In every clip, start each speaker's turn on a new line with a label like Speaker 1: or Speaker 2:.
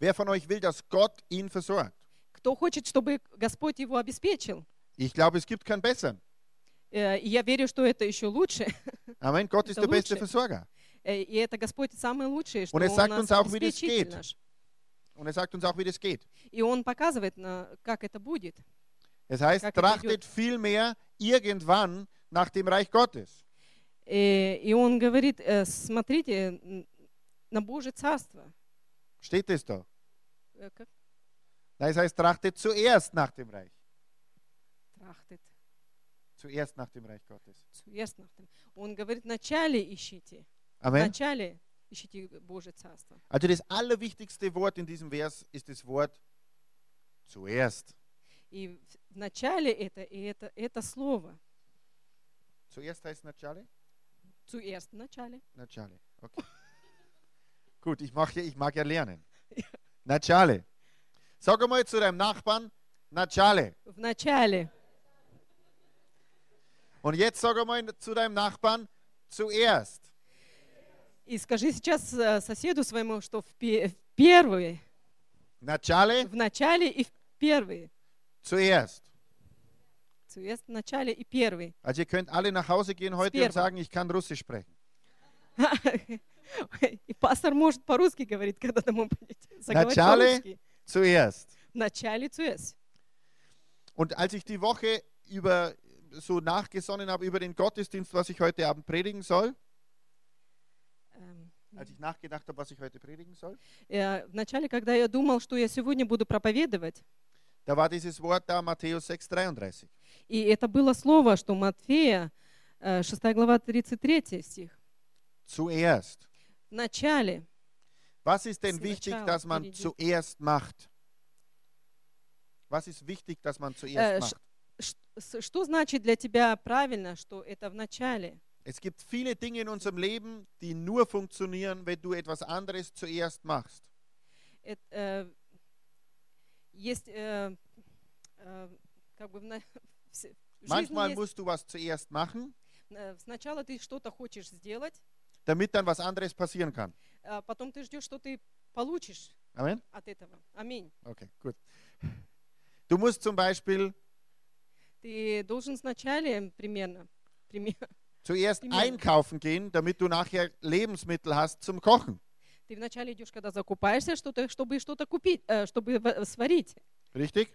Speaker 1: Wer von euch will, dass Gott ihn versorgt?
Speaker 2: Кто хочет, чтобы Господь его обеспечил?
Speaker 1: Ich glaube, es gibt keinen besseren.
Speaker 2: Э, И я верю, что это еще лучше.
Speaker 1: Amen. Gott ist
Speaker 2: Это
Speaker 1: der beste
Speaker 2: лучше.
Speaker 1: Versorger.
Speaker 2: Э, И это Господь самое лучшее, что
Speaker 1: Он
Speaker 2: Он,
Speaker 1: и sagt
Speaker 2: нас
Speaker 1: uns auch, wie das
Speaker 2: обеспечитель
Speaker 1: geht.
Speaker 2: наш.
Speaker 1: Und er sagt uns auch, wie das geht.
Speaker 2: И Он показывает, на- как это будет.
Speaker 1: Es heißt,
Speaker 2: Как это
Speaker 1: trachtet
Speaker 2: идет.
Speaker 1: vielmehr irgendwann nach dem Reich Gottes.
Speaker 2: Э, И Он говорит, э, смотрите м, на Божье Царство.
Speaker 1: Steht es da?
Speaker 2: Э, Как
Speaker 1: Nein, es heißt, trachtet zuerst nach dem Reich.
Speaker 2: трахтет.
Speaker 1: Zuerst nach dem Reich Gottes.
Speaker 2: Zuerst nach dem. Он говорит, вначале ищите.
Speaker 1: Amen.
Speaker 2: Вначале ищите Божье Царство.
Speaker 1: Also das allerwichtigste Wort in diesem Vers ist das Wort zuerst.
Speaker 2: И в- вначале это, и это, это слово.
Speaker 1: Zuerst heißt Nachale?
Speaker 2: Zuerst, вначале.
Speaker 1: Nachale. Okay. Gut, ich, mach ja, ich mag ja lernen. Nachale. Sag einmal zu deinem Nachbarn, Nachale.
Speaker 2: Вначале.
Speaker 1: Und jetzt sag einmal zu deinem Nachbarn, zuerst.
Speaker 2: И скажи сейчас э, соседу своему, что в, пе- в первые,
Speaker 1: Nachale,
Speaker 2: в начале и в первые.
Speaker 1: zuerst.
Speaker 2: Zuerst в начале и первый.
Speaker 1: Also ihr könnt alle nach Hause gehen heute und
Speaker 2: Первым.
Speaker 1: sagen, ich kann Russisch sprechen.
Speaker 2: И пастор может по-русски говорить, когда домой будете. Заговорить
Speaker 1: Вначале.
Speaker 2: по-русски.
Speaker 1: Zuerst.
Speaker 2: В начале zuerst.
Speaker 1: Und als ich die Woche über so nachgesonnen habe über den Gottesdienst, was ich heute Abend predigen soll,
Speaker 2: Эм,
Speaker 1: als ich nachgedacht habe, was ich heute predigen soll,
Speaker 2: э, В начале, когда я думал, что я сегодня буду проповедовать,
Speaker 1: da war dieses Wort da, Matthäus 6,33.
Speaker 2: и это было слово, что Матфея, э, 6 глава, 33 стих.
Speaker 1: Zuerst.
Speaker 2: В начале.
Speaker 1: Was ist denn
Speaker 2: Sie
Speaker 1: wichtig,
Speaker 2: начало
Speaker 1: dass man
Speaker 2: впереди.
Speaker 1: zuerst macht? Was ist wichtig, dass man
Speaker 2: Äh,
Speaker 1: zuerst
Speaker 2: sch-
Speaker 1: macht?
Speaker 2: Ш- с- Что значит для тебя правильно, что это в начале?
Speaker 1: Es gibt viele Dinge in unserem Leben, die nur funktionieren, wenn du etwas anderes zuerst machst.
Speaker 2: Эт- э, Есть э, э, как бы в на- в с- в жизни
Speaker 1: Manchmal
Speaker 2: есть,
Speaker 1: musst du was zuerst machen,
Speaker 2: э, сначала ты что-то хочешь сделать,
Speaker 1: damit dann was anderes passieren kann.
Speaker 2: а потом ты ждешь, что ты получишь
Speaker 1: Amen?
Speaker 2: от этого. Аминь.
Speaker 1: Okay, gut. Du musst zum Beispiel
Speaker 2: Ты должен сначала примерно, пример-
Speaker 1: zuerst
Speaker 2: Die Mehl.
Speaker 1: einkaufen gehen, damit du nachher Lebensmittel hast zum Kochen.
Speaker 2: ты вначале идешь, когда закупаешься, что-то, чтобы что-то купить, э, чтобы в- сварить.
Speaker 1: Richtig?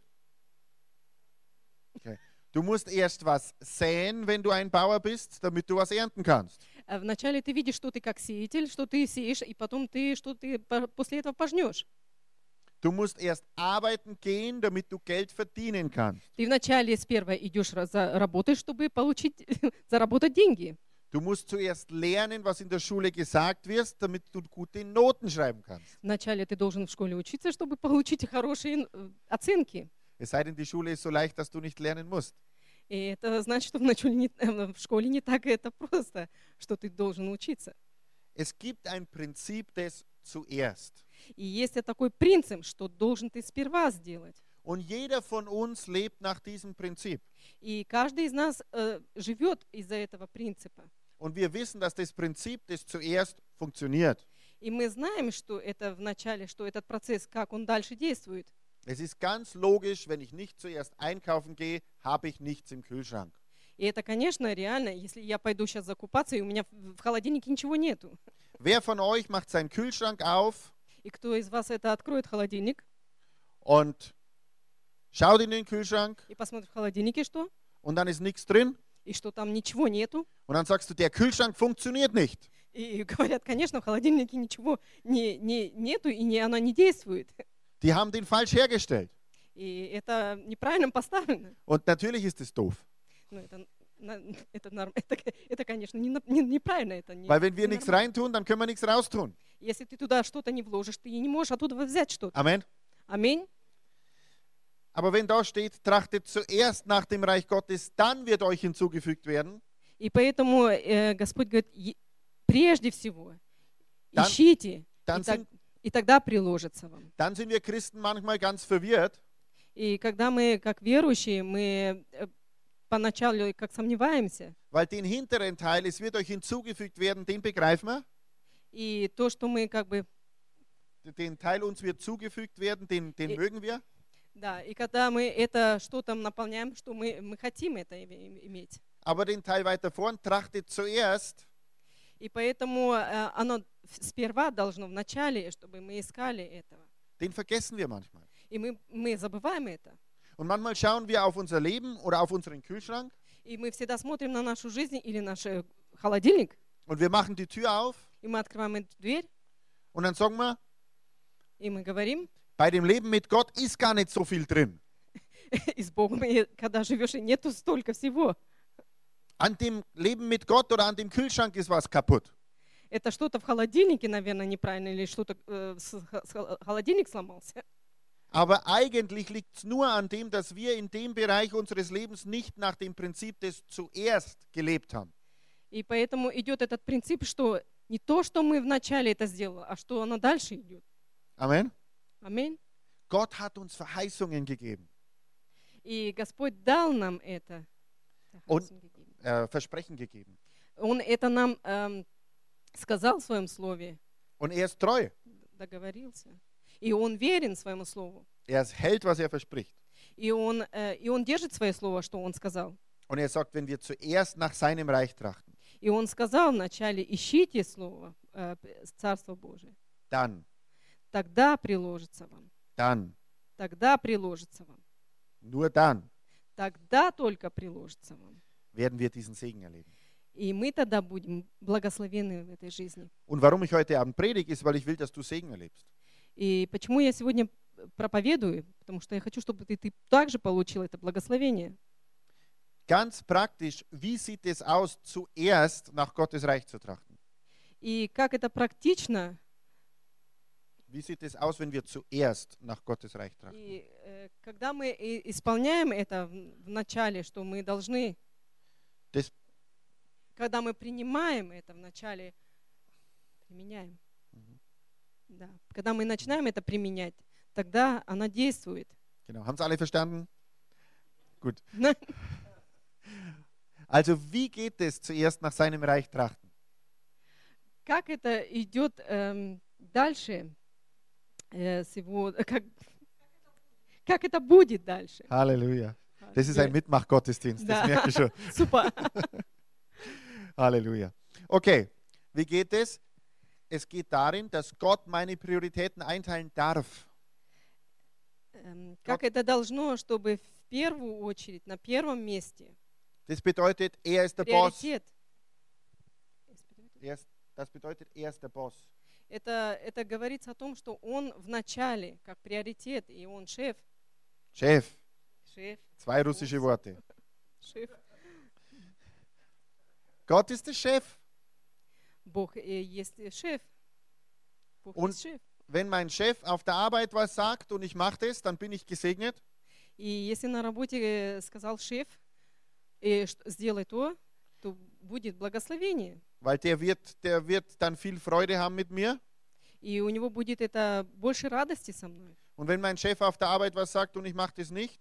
Speaker 1: Okay. Du musst erst was säen, wenn du ein Bauer bist, damit du was ernten kannst.
Speaker 2: А Вначале ты видишь, что ты как сеятель, что ты сеешь, и потом ты, что ты по- после этого пожнешь.
Speaker 1: Du musst erst arbeiten gehen, damit du Geld verdienen kannst.
Speaker 2: Ты вначале сперва идешь раз- за работой, чтобы получить, заработать деньги.
Speaker 1: Du musst zuerst lernen, was in der Schule gesagt wird, damit du gute Noten schreiben kannst.
Speaker 2: Вначале ты должен в школе учиться, чтобы получить хорошие э, оценки.
Speaker 1: Es sei denn, die Schule ist so leicht, dass du nicht lernen musst.
Speaker 2: И это значит, что вначале не- э, в школе не так это просто, что ты должен учиться.
Speaker 1: Es gibt ein Prinzip des Zuerst.
Speaker 2: И есть такой принцип, что должен ты сперва сделать.
Speaker 1: Und jeder von uns lebt nach diesem Prinzip.
Speaker 2: И каждый из нас э, живет из-за этого принципа.
Speaker 1: Und wir wissen, dass das Prinzip des Zuerst funktioniert.
Speaker 2: И мы знаем, что это в начале, что этот процесс, как он дальше действует.
Speaker 1: Es ist ganz logisch, wenn ich nicht zuerst einkaufen gehe, habe ich nichts im Kühlschrank.
Speaker 2: И это, конечно, реально, если я пойду сейчас закупаться, и у меня в в холодильнике ничего нету.
Speaker 1: Wer von euch macht seinen Kühlschrank auf
Speaker 2: И кто из вас это откроет холодильник
Speaker 1: und schaut in den Kühlschrank
Speaker 2: и посмотрит в холодильнике что?
Speaker 1: und dann ist nichts drin
Speaker 2: И что там ничего нету.
Speaker 1: und dann sagst du, der Kühlschrank funktioniert nicht.
Speaker 2: И говорят, конечно, в холодильнике ничего не, не, нету, и не, оно не действует.
Speaker 1: Die haben den falsch hergestellt.
Speaker 2: И это неправильно поставлено.
Speaker 1: Und natürlich ist es doof,
Speaker 2: Ну, это, на- это, норм- это, к- это, конечно, не на- не- неправильно. Это не,
Speaker 1: weil wenn wir
Speaker 2: не
Speaker 1: nichts
Speaker 2: нормально.
Speaker 1: reintun, dann können wir nichts raustun.
Speaker 2: Если ты туда что-то не вложишь, ты и не можешь оттуда взять что-то.
Speaker 1: Amen.
Speaker 2: Аминь.
Speaker 1: Aber wenn da steht, trachtet zuerst nach dem Reich Gottes, dann wird euch hinzugefügt werden,
Speaker 2: И поэтому э, Господь говорит, «Е- прежде всего
Speaker 1: Dann-
Speaker 2: ищите,
Speaker 1: dann
Speaker 2: и, так-
Speaker 1: sind,
Speaker 2: и тогда приложится вам.
Speaker 1: dann sind wir Christen manchmal ganz verwirrt,
Speaker 2: И когда мы, как верующие, мы э, поначалу как сомневаемся,
Speaker 1: weil den hinteren Teil, es wird euch hinzugefügt werden, den begreifen wir.
Speaker 2: и то, что мы как бы
Speaker 1: den Teil uns wird zugefügt werden, den, den
Speaker 2: Ich-
Speaker 1: mögen wir.
Speaker 2: Да, и когда мы это что там наполняем, что мы, мы хотим это име- им- иметь.
Speaker 1: Aber den Teil weiter vorn trachtet zuerst
Speaker 2: И поэтому э, оно в- сперва должно в начале, чтобы мы искали этого.
Speaker 1: den vergessen wir manchmal.
Speaker 2: И мы, мы забываем это.
Speaker 1: Und manchmal schauen wir auf unser Leben oder auf unseren Kühlschrank
Speaker 2: И мы всегда смотрим на нашу жизнь или наш э, холодильник,
Speaker 1: und wir machen die Tür auf
Speaker 2: и мы открываем эту дверь,
Speaker 1: und dann sagen wir,
Speaker 2: и мы говорим,
Speaker 1: bei dem Leben mit Gott ist gar nicht so viel drin.
Speaker 2: и с Богом, и когда живешь, и нету столько всего.
Speaker 1: An dem Leben mit Gott oder an dem Kühlschrank ist was kaputt.
Speaker 2: Это что-то в холодильнике, наверное, неправильно, или что-то э, с- с хо- холодильник сломался.
Speaker 1: Aber eigentlich liegt es nur an dem, dass wir in dem Bereich unseres Lebens nicht nach dem Prinzip des zuerst gelebt haben.
Speaker 2: И поэтому идет этот принцип, что не то, что мы вначале это сделали, а что оно дальше идет.
Speaker 1: Amen.
Speaker 2: Аминь.
Speaker 1: Gott hat uns Verheißungen gegeben,
Speaker 2: И Господь дал нам это.
Speaker 1: Он- äh, Versprechen gegeben.
Speaker 2: Он это нам эм, сказал в своем слове,
Speaker 1: Und er ist treu.
Speaker 2: договорился. И он верен своему слову.
Speaker 1: Er ist- hält, was er verspricht.
Speaker 2: И он, э, и он держит свое слово, что он сказал.
Speaker 1: Und er sagt, wenn wir zuerst nach seinem Reich trachten,
Speaker 2: И он сказал вначале, ищите слово, э, п- Царство Божие.
Speaker 1: dann,
Speaker 2: Тогда приложится вам.
Speaker 1: dann,
Speaker 2: Тогда приложится вам.
Speaker 1: nur dann
Speaker 2: Тогда только приложится вам.
Speaker 1: werden wir diesen Segen erleben.
Speaker 2: И мы тогда будем благословены в этой жизни.
Speaker 1: Und warum ich heute Abend predige, ist, weil ich will, dass du Segen erlebst.
Speaker 2: И почему я сегодня проповедую? Потому что я хочу, чтобы ты, ты также получил это благословение.
Speaker 1: Ganz praktisch, wie sieht es aus, zuerst nach Gottes Reich zu trachten?
Speaker 2: И как это практично,
Speaker 1: Wie sieht es aus, wenn wir zuerst nach Gottes Reich trachten?
Speaker 2: и э, когда мы и- исполняем это в в начале, что мы должны,
Speaker 1: То есть-
Speaker 2: когда мы принимаем это в начале, применяем,
Speaker 1: Mhm.
Speaker 2: да, когда мы начинаем это применять, тогда она действует.
Speaker 1: Genau, haben es alle verstanden? Gut.
Speaker 2: Ne?
Speaker 1: Also wie geht es zuerst nach seinem Reich trachten?
Speaker 2: Как это идет эм, дальше э, с его, как, как это будет дальше? Э,
Speaker 1: Halleluja. Das ist ein Mitmachgottesdienst, das
Speaker 2: Da.
Speaker 1: merke ich schon.
Speaker 2: Super.
Speaker 1: Halleluja. Okay, wie geht es? Es geht darin, dass Gott meine Prioritäten einteilen darf.
Speaker 2: Эм, Как это должно, чтобы в первую очередь, на первом месте,
Speaker 1: Das bedeutet, er ist der Boss.
Speaker 2: приоритет.
Speaker 1: Er ist, das bedeutet, er ist der Boss.
Speaker 2: Это, это говорится о том, что он в начале, как приоритет, и он шеф.
Speaker 1: Chef,
Speaker 2: Шеф,
Speaker 1: zwei russische Worte.
Speaker 2: шеф.
Speaker 1: Gott ist der Chef.
Speaker 2: Бог э, есть э, шеф. Бог
Speaker 1: Он-
Speaker 2: есть шеф.
Speaker 1: Wenn mein Chef auf der Arbeit was sagt und ich mache das, dann bin ich gesegnet.
Speaker 2: И если на работе э, сказал шеф, э, что- сделай то, то будет благословение.
Speaker 1: weil der wird, der wird dann viel Freude haben mit mir.
Speaker 2: И у него будет это больше радости со мной.
Speaker 1: Und wenn mein Chef auf der Arbeit was sagt und ich mache das nicht,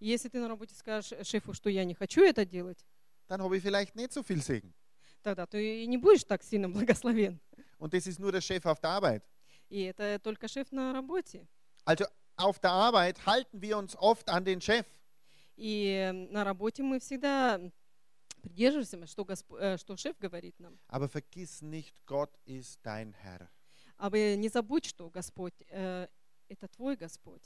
Speaker 2: И Если ты на работе скажешь э, шефу, что я не хочу это делать,
Speaker 1: dann habe ich vielleicht nicht so viel Segen.
Speaker 2: тогда ты и не будешь так сильно благословен.
Speaker 1: Und das ist nur der Chef auf der Arbeit.
Speaker 2: И это только шеф на работе.
Speaker 1: Also auf der Arbeit halten wir uns oft an den Chef.
Speaker 2: И э, на работе мы всегда придерживаемся, что, Госп- э, что шеф говорит нам.
Speaker 1: Aber vergiss nicht, Gott ist dein Herr.
Speaker 2: А вы не забудь, что Господь э, это твой Господь.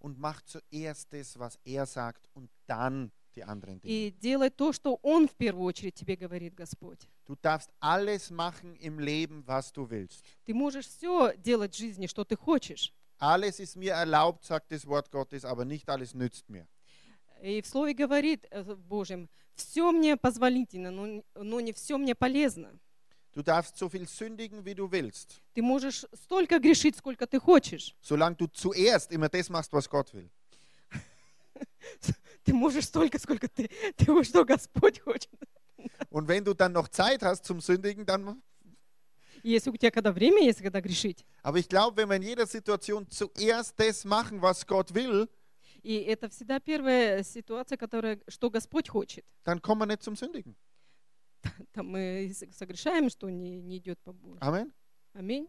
Speaker 1: Und mach zuerst das, was er sagt und dann die anderen Dinge.
Speaker 2: И делай то, что Он в первую очередь тебе говорит, Господь.
Speaker 1: Du darfst alles machen im Leben, was du willst.
Speaker 2: Ты можешь все делать в жизни, что ты хочешь.
Speaker 1: Alles ist mir erlaubt, sagt das Wort Gottes, aber nicht alles nützt mir.
Speaker 2: И в Слове говорит э, в Божьем, все мне позволительно, но, н- но не все мне полезно.
Speaker 1: Du darfst so viel sündigen, wie du willst.
Speaker 2: Ты можешь столько грешить, сколько ты хочешь.
Speaker 1: Solange du zuerst immer das machst, was Gott will.
Speaker 2: Ты можешь столько, сколько ты, ты что Господь хочет.
Speaker 1: Und wenn du dann noch Zeit hast zum Sündigen, dann.
Speaker 2: Если у тебя когда время есть, когда грешить.
Speaker 1: Aber ich glaube, wenn wir in jeder Situation zuerst das machen, was Gott will,
Speaker 2: И это всегда первая ситуация, которая, что Господь хочет.
Speaker 1: dann kommen wir nicht zum Sündigen.
Speaker 2: Там мы и с- согрешаем, что не, не идет по Богу.
Speaker 1: Amen.
Speaker 2: Аминь.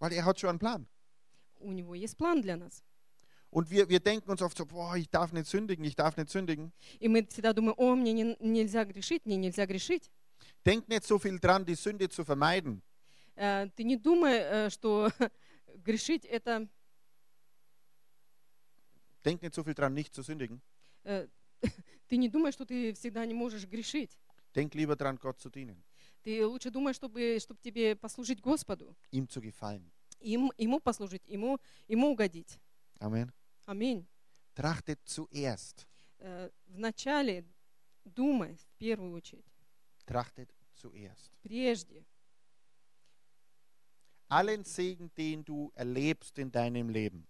Speaker 1: Weil er hat schon einen Plan.
Speaker 2: У него есть план для нас.
Speaker 1: Und wir, wir denken uns oft so, boah, ich darf nicht sündigen, ich darf nicht sündigen.
Speaker 2: И мы всегда думаем, о, мне не- нельзя грешить, мне нельзя грешить.
Speaker 1: Denk nicht so viel dran, die Sünde zu vermeiden.
Speaker 2: Э, Ты не думай, э, что грешить это...
Speaker 1: Denk nicht so viel dran, nicht zu sündigen.
Speaker 2: э, Ты не думай, что ты всегда не можешь грешить.
Speaker 1: Denk lieber dran, Gott zu dienen,
Speaker 2: Ты лучше думай, чтобы, чтобы тебе послужить Господу,
Speaker 1: ihm zu gefallen.
Speaker 2: им, Ему послужить, ему, ему угодить.
Speaker 1: Amen.
Speaker 2: Аминь.
Speaker 1: Trachtet zuerst.
Speaker 2: Э, Вначале думай в первую очередь,
Speaker 1: Trachtet zuerst.
Speaker 2: прежде.
Speaker 1: Allen Segen, den du erlebst in deinem Leben,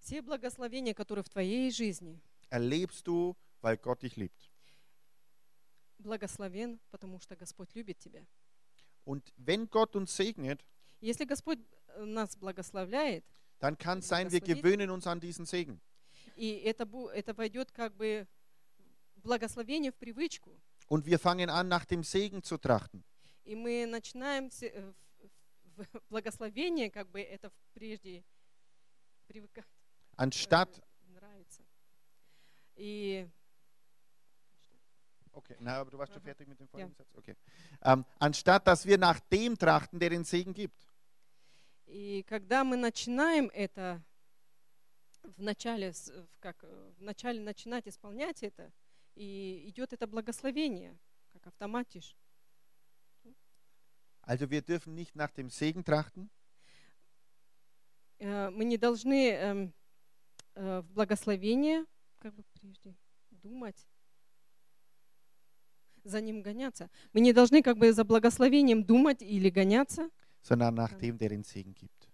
Speaker 2: Все благословения, которые в твоей жизни,
Speaker 1: erlebst du, weil Gott dich liebt.
Speaker 2: благословен, потому что Господь любит тебя.
Speaker 1: Und wenn Gott uns segnet,
Speaker 2: Если Господь э, нас благословляет,
Speaker 1: dann kann es sein, wir
Speaker 2: Das wird-
Speaker 1: gewöhnen uns an diesen Segen.
Speaker 2: и это, бу- это войдет как бы благословение в привычку,
Speaker 1: Und wir fangen an, nach dem Segen zu trachten.
Speaker 2: и мы начинаем се- э, в- в- в благословение, как бы это в- прежде привыкать.
Speaker 1: Anstatt.
Speaker 2: нравится. И
Speaker 1: Okay, na, aber du warst schon
Speaker 2: Mhm.
Speaker 1: fertig mit dem vorigen Satz. Okay. Ähm, anstatt, dass wir nach dem trachten, der den Segen gibt.
Speaker 2: И когда мы начинаем это в начале, с- в как, э, в начале начинать исполнять это, и идет это благословение, как автоматиш.
Speaker 1: Also wir dürfen nicht nach dem Segen trachten,
Speaker 2: Э, Мы не должны эм, э, в благословение, как бы прежде, думать, за ним гоняться. Мы не должны как бы за благословением думать или гоняться
Speaker 1: sondern nach
Speaker 2: Dann-
Speaker 1: dem, der den Segen gibt.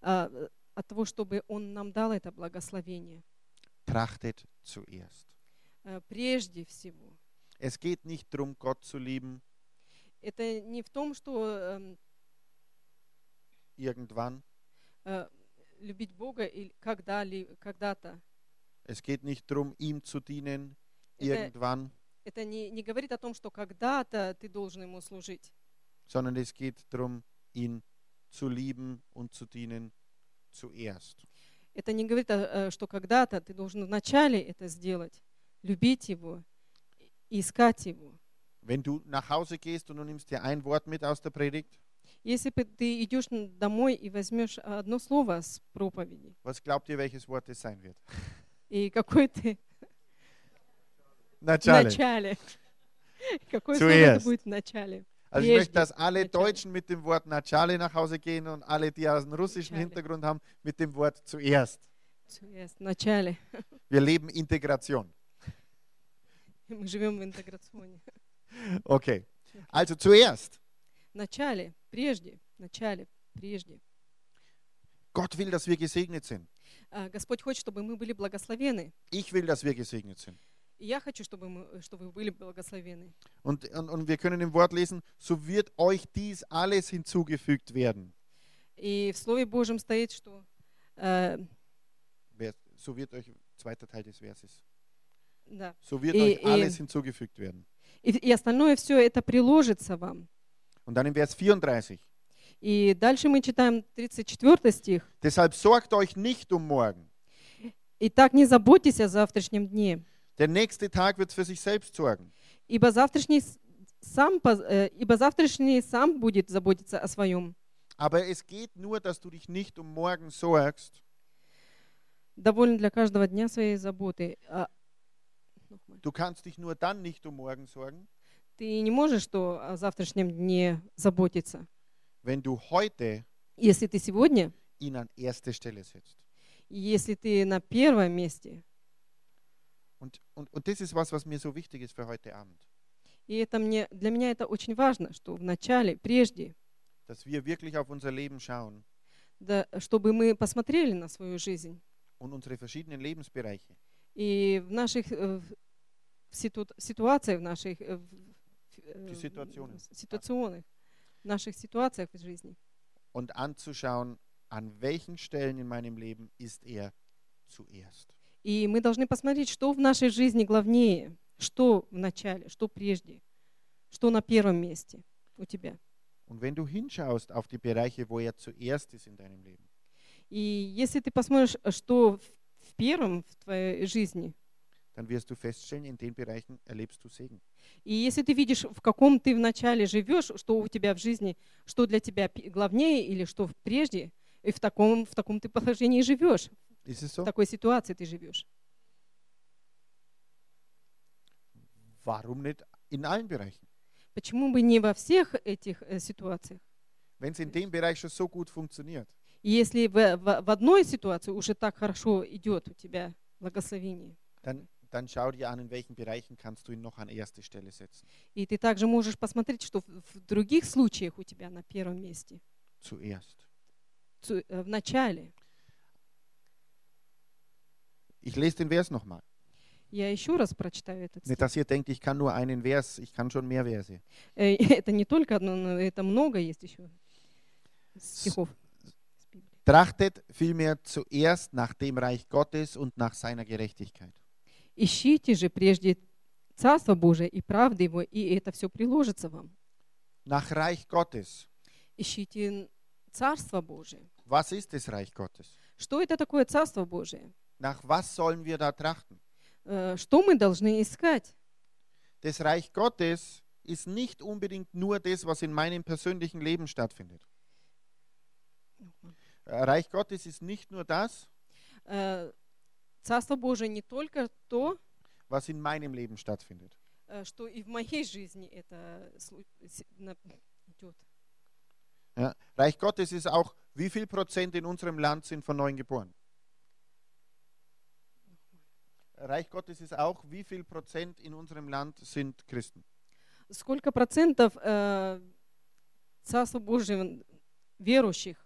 Speaker 2: а, э, от того, чтобы он нам дал это благословение.
Speaker 1: Trachtet zuerst.
Speaker 2: Э, Прежде всего,
Speaker 1: Es geht nicht darum, Gott zu lieben
Speaker 2: это не в том, что эм,
Speaker 1: irgendwann.
Speaker 2: э, любить Бога или когда-ли, когда-то.
Speaker 1: Es geht nicht darum, ihm zu dienen
Speaker 2: Это,
Speaker 1: irgendwann,
Speaker 2: это не, не говорит о том, что когда-то ты должен ему служить,
Speaker 1: sondern es geht darum, ihn zu lieben und zu dienen zuerst.
Speaker 2: это не говорит, о, э, что когда-то ты должен вначале это сделать, любить его, и искать его.
Speaker 1: Wenn du nach Hause gehst und du nimmst dir ein Wort mit aus der Predigt,
Speaker 2: Если бы ты идешь н- домой и возьмешь одно слово с проповеди,
Speaker 1: was glaubt ihr, welches Wort es sein wird?
Speaker 2: и какой ты в
Speaker 1: Начale.
Speaker 2: начале, какое слово
Speaker 1: Zuerst.
Speaker 2: это будет в начале.
Speaker 1: Also ich möchte,
Speaker 2: Prejedi.
Speaker 1: dass alle
Speaker 2: Nachale.
Speaker 1: Deutschen mit dem Wort Nachale nach Hause gehen und alle, die aus dem russischen
Speaker 2: Nachale.
Speaker 1: Hintergrund haben, mit dem Wort zuerst.
Speaker 2: Zuerst, в начале.
Speaker 1: Wir leben Integration.
Speaker 2: Мы живем в интеграционе.
Speaker 1: Okay. Also zuerst.
Speaker 2: В начале, прежде, в начале, прежде.
Speaker 1: Gott will, dass wir gesegnet sind.
Speaker 2: А, Господь хочет, чтобы мы были благословены.
Speaker 1: Ich will, dass wir gesegnet sind.
Speaker 2: И я хочу, чтобы, мы, чтобы вы были благословены.
Speaker 1: Und, und, und wir können im Wort lesen, so wird euch dies alles hinzugefügt werden.
Speaker 2: И в Слове Божьем стоит, что э,
Speaker 1: Wer- So wird euch, zweiter Teil des Verses,
Speaker 2: да.
Speaker 1: so wird
Speaker 2: Eh,
Speaker 1: euch
Speaker 2: eh.
Speaker 1: alles hinzugefügt werden.
Speaker 2: и, и остальное все это приложится вам.
Speaker 1: Und dann im Vers 34.
Speaker 2: И дальше мы читаем 34 стих.
Speaker 1: Deshalb sorgt euch nicht um morgen.
Speaker 2: «Итак, не заботьтесь о завтрашнем дне,
Speaker 1: Der nächste Tag wird für sich selbst sorgen.
Speaker 2: ибо завтрашний с- сам, поз- э, ибо завтрашний сам будет заботиться о своем.
Speaker 1: Aber es geht nur, dass du dich nicht um morgen sorgst.
Speaker 2: Доволен для каждого дня своей заботы». А, nochmal.
Speaker 1: Du kannst dich nur dann nicht um morgen sorgen,
Speaker 2: Ты не можешь что о завтрашнем дне заботиться,
Speaker 1: wenn du heute
Speaker 2: если ты сегодня,
Speaker 1: ihn an erste Stelle setzt.
Speaker 2: если ты на первом месте.
Speaker 1: Und, und, und das ist was, was mir so wichtig ist für heute Abend.
Speaker 2: И это мне, для меня это очень важно, что в начале, прежде,
Speaker 1: Dass wir wirklich auf unser Leben schauen
Speaker 2: да, чтобы мы посмотрели на свою жизнь
Speaker 1: und unsere verschiedenen Lebensbereiche.
Speaker 2: и в наших э, в- в ситу- ситуациях, в наших э, в- в- э,
Speaker 1: Die Situationen.
Speaker 2: с- ситуационных, в наших ситуациях в жизни.
Speaker 1: und anzuschauen, an welchen Stellen in meinem Leben ist er zuerst.
Speaker 2: И мы должны посмотреть, что в нашей жизни главнее, что в начале, что прежде, что на первом месте у тебя.
Speaker 1: Und wenn du hinschaust auf die Bereiche, wo er zuerst ist in deinem Leben,
Speaker 2: И если ты посмотришь, э, что в в первом в твоей жизни,
Speaker 1: dann wirst du feststellen, in den Bereichen erlebst du Segen.
Speaker 2: и если ты видишь, в каком ты вначале живешь, что у тебя в жизни, что для тебя пи- главнее или что в- прежде, и в таком, в таком ты положении и живешь,
Speaker 1: Ist es
Speaker 2: в
Speaker 1: so?
Speaker 2: такой ситуации ты живешь.
Speaker 1: Warum nicht in allen Bereichen?
Speaker 2: Почему бы не во всех этих э, ситуациях?
Speaker 1: Wenn es in dem Bereich schon so gut funktioniert,
Speaker 2: И Если в, в- в одной ситуации уже так хорошо идет у тебя благословение,
Speaker 1: dann, dann schau dir an, in welchen Bereichen kannst du ihn noch an erste Stelle setzen.
Speaker 2: и ты также можешь посмотреть, что в- в других случаях у тебя на первом месте,
Speaker 1: Zuerst.
Speaker 2: цу- э, в начале.
Speaker 1: Ich lese den Vers nochmal.
Speaker 2: Я еще раз прочитаю этот
Speaker 1: Nicht,
Speaker 2: стих.
Speaker 1: dass ihr denkt, ich kann nur einen Vers, ich kann schon mehr Verse.
Speaker 2: Э, Это не только одно, но это много есть еще стихов. из Библии.
Speaker 1: Trachtet vielmehr zuerst nach dem Reich Gottes und nach seiner Gerechtigkeit.
Speaker 2: Ищите же прежде Царство Божие и правды Его, и это все приложится вам.
Speaker 1: Nach Reich Gottes.
Speaker 2: Ищите Царство Божие.
Speaker 1: Was ist das Reich Gottes?
Speaker 2: Что это такое Царство Божие?
Speaker 1: Nach was sollen wir da trachten?
Speaker 2: Э, Что мы должны искать?
Speaker 1: Das Reich Gottes ist nicht unbedingt nur das, was in meinem persönlichen Leben stattfindet. Äh, Reich Gottes ist nicht nur das,
Speaker 2: Э, Царство Божие не только то,
Speaker 1: was in meinem Leben stattfindet.
Speaker 2: э, что и в моей жизни это слу- с- на- идет.
Speaker 1: Ja? Reich Gottes ist auch, wie viel Prozent in unserem Land sind von neuem geboren? Reich Gottes ist auch, wie viel Prozent in unserem Land sind Christen?
Speaker 2: Сколько процентов э, Царства Божьего верующих?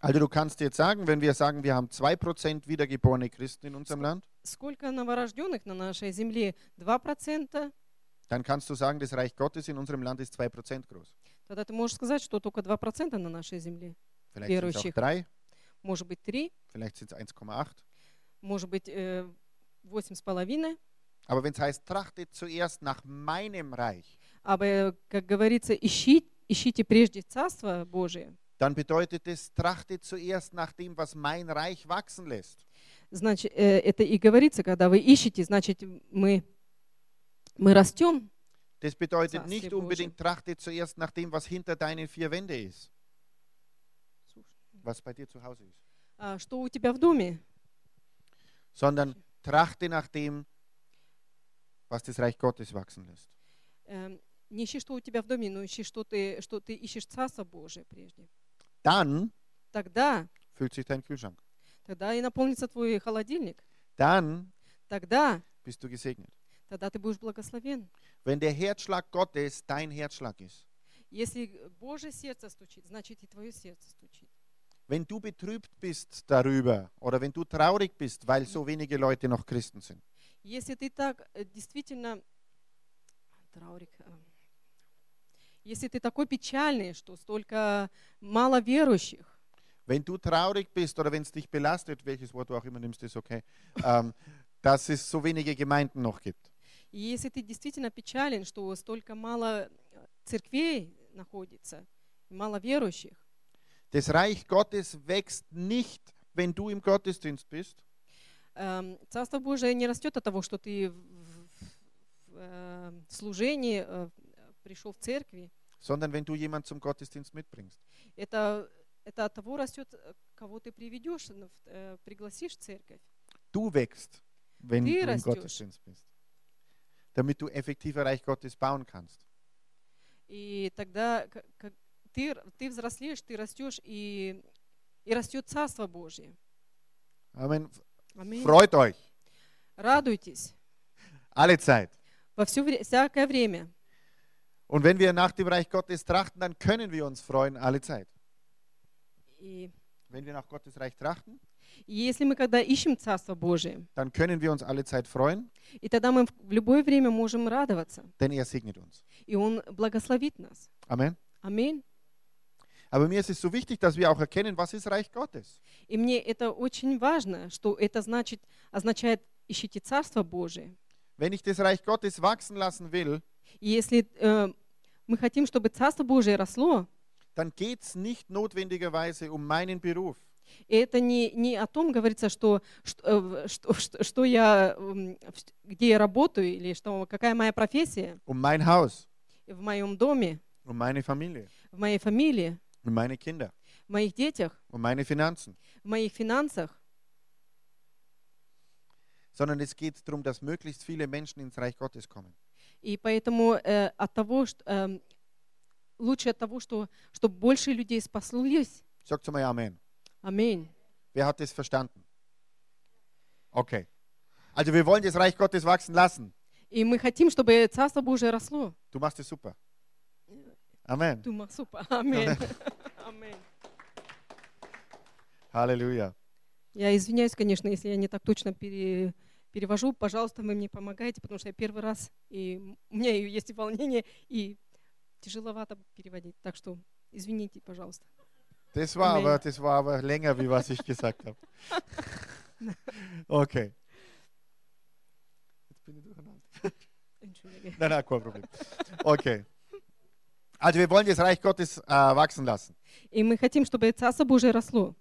Speaker 1: Also du kannst jetzt sagen, wenn wir sagen, wir haben 2% wiedergeborene Christen in unserem Land,
Speaker 2: Сколько новорожденных на нашей земле? 2%.
Speaker 1: dann kannst du sagen, das Reich Gottes in unserem Land ist 2% groß.
Speaker 2: Тогда ты можешь сказать, что только 2% на нашей земле.
Speaker 1: Vielleicht sind es auch
Speaker 2: Верующих.
Speaker 1: 3,
Speaker 2: Может быть 3,
Speaker 1: vielleicht sind es 1,8.
Speaker 2: может быть э, 8,5.
Speaker 1: Aber wenn es heißt, trachtet zuerst nach meinem Reich,
Speaker 2: Aber, э, как говорится, ищи, ищите прежде Царство Божие.
Speaker 1: dann bedeutet es, trachtet zuerst nach dem, was mein Reich wachsen lässt.
Speaker 2: Значит, э, это и говорится, когда вы ищете, значит, мы, мы растем.
Speaker 1: Das bedeutet
Speaker 2: Sag's
Speaker 1: nicht
Speaker 2: dir, Bursche.
Speaker 1: unbedingt, trachte zuerst nach dem, was hinter deinen vier Wänden ist, was bei dir zu Hause ist,
Speaker 2: А что у тебя в доме?
Speaker 1: sondern trachte nach dem, was das Reich Gottes wachsen lässt.
Speaker 2: Эм, не ищи, что у тебя в доме, но ищи, что ты, что ты ищешь Царство Божие прежде.
Speaker 1: Dann
Speaker 2: Тогда,
Speaker 1: füllt sich dein Kühlschrank.
Speaker 2: тогда и наполнится твой холодильник.
Speaker 1: Dann
Speaker 2: Тогда,
Speaker 1: bist du gesegnet.
Speaker 2: тогда ты будешь благословен.
Speaker 1: Wenn der Herzschlag Gottes dein Herzschlag ist,
Speaker 2: Если Божье сердце стучит, значит и твое сердце стучит.
Speaker 1: wenn du betrübt bist darüber oder wenn du traurig bist, weil so wenige Leute noch Christen sind,
Speaker 2: Если ты так э, действительно... Траурик. э, Если ты такой печальный, что столько мало верующих,
Speaker 1: wenn du traurig bist oder wenn es dich belastet, welches Wort du auch immer nimmst, ist okay, ähm, dass es so wenige Gemeinden noch gibt.
Speaker 2: и если ты действительно печален, что столько мало э, церквей находится, и мало верующих,
Speaker 1: Das Reich Gottes wächst nicht, wenn du im Gottesdienst bist,
Speaker 2: эм, Царство Божие не растет от того, что ты в, в- в, э, в служении э, пришел в церкви,
Speaker 1: sondern wenn du jemand zum Gottesdienst mitbringst.
Speaker 2: Это, это от того растет, э, кого ты приведешь, ну, в- э, пригласишь в церковь.
Speaker 1: Du wächst, wenn
Speaker 2: Wie
Speaker 1: du im
Speaker 2: rastest.
Speaker 1: Gottesdienst bist, damit du effektiver Reich Gottes bauen kannst.
Speaker 2: И тогда к- к- ты, р- ты взрослеешь, ты растешь, и, и растет Царство Божье.
Speaker 1: Amen.
Speaker 2: Аминь.
Speaker 1: Freut euch
Speaker 2: Радуйтесь
Speaker 1: alle Zeit.
Speaker 2: во все вре- всякое время.
Speaker 1: Und wenn wir nach dem Reich Gottes trachten, dann können wir uns freuen alle Zeit.
Speaker 2: И,
Speaker 1: Wenn wir nach Gottes Reich trachten,
Speaker 2: и если мы когда ищем Царство Божие,
Speaker 1: dann können wir uns alle Zeit freuen,
Speaker 2: и тогда мы в в любое время можем радоваться,
Speaker 1: denn er segnet uns.
Speaker 2: и Он благословит нас.
Speaker 1: Amen.
Speaker 2: Аминь.
Speaker 1: Aber mir ist es so wichtig, dass wir auch erkennen, was ist Reich Gottes.
Speaker 2: И мне это очень важно, что это значит, означает «ищите Царство Божие».
Speaker 1: Wenn ich das Reich Gottes wachsen lassen will,
Speaker 2: И Если э, мы хотим, чтобы Царство Божие росло,
Speaker 1: dann geht es nicht notwendigerweise um meinen Beruf.
Speaker 2: и это не, не о том говорится, что, что, э, что, что- что я, м, в- где я работаю, или что, какая моя профессия
Speaker 1: um mein Haus,
Speaker 2: в моем доме,
Speaker 1: um meine Familie,
Speaker 2: в моей фамилии,
Speaker 1: um meine Kinder,
Speaker 2: в моих детях,
Speaker 1: um meine Finanzen,
Speaker 2: в моих финансах.
Speaker 1: sondern es geht darum, dass möglichst viele Menschen ins Reich Gottes kommen.
Speaker 2: И поэтому э, от того, что, эм, лучше от того, что, чтобы больше людей спаслось.
Speaker 1: Sagt mal Amen.
Speaker 2: Аминь.
Speaker 1: Wer hat das verstanden? Okay. Also wir wollen das Reich Gottes wachsen lassen.
Speaker 2: И мы хотим, чтобы Царство Божие росло.
Speaker 1: Du machst es super. Amen.
Speaker 2: Дума, супа. Аминь. Аминь.
Speaker 1: Halleluja.
Speaker 2: Я извиняюсь, конечно, если я не так точно пере- перевожу. Пожалуйста, вы мне помогаете, потому что я первый раз, и м- у меня и есть и волнение, и тяжеловато переводить. Так что извините, пожалуйста.
Speaker 1: Das war,
Speaker 2: Amen.
Speaker 1: aber, das war aber länger, wie was ich gesagt habe. Okay. Jetzt bin ich durcheinander.
Speaker 2: Entschuldige.
Speaker 1: Nein, nein, kein Problem. Okay. Also wir wollen das Reich Gottes äh, wachsen lassen.
Speaker 2: И мы хотим, чтобы Царство Божие росло.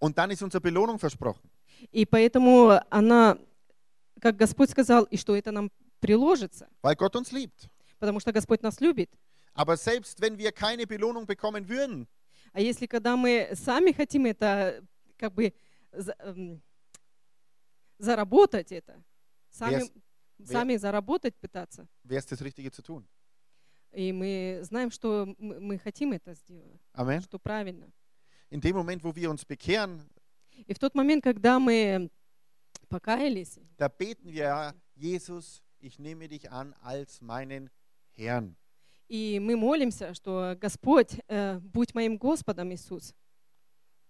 Speaker 1: Und dann ist unsere Belohnung versprochen.
Speaker 2: И поэтому она, как Господь сказал, и что это нам приложится,
Speaker 1: Weil Gott uns liebt.
Speaker 2: потому что Господь нас любит.
Speaker 1: Aber selbst wenn wir keine Belohnung bekommen würden,
Speaker 2: А если когда мы сами хотим это, как бы за- эм, заработать это, сами,
Speaker 1: Вес-
Speaker 2: сами заработать пытаться,
Speaker 1: wäre es das Richtige zu tun.
Speaker 2: и мы знаем, что м- мы хотим это сделать,
Speaker 1: Amen.
Speaker 2: что правильно.
Speaker 1: In dem Moment, wo wir uns bekehren,
Speaker 2: И в тот момент, когда мы покаялись,
Speaker 1: da beten wir ja, Jesus, ich nehme dich an als meinen Herrn.
Speaker 2: и мы молимся, что Господь, э, будь моим Господом, Иисус.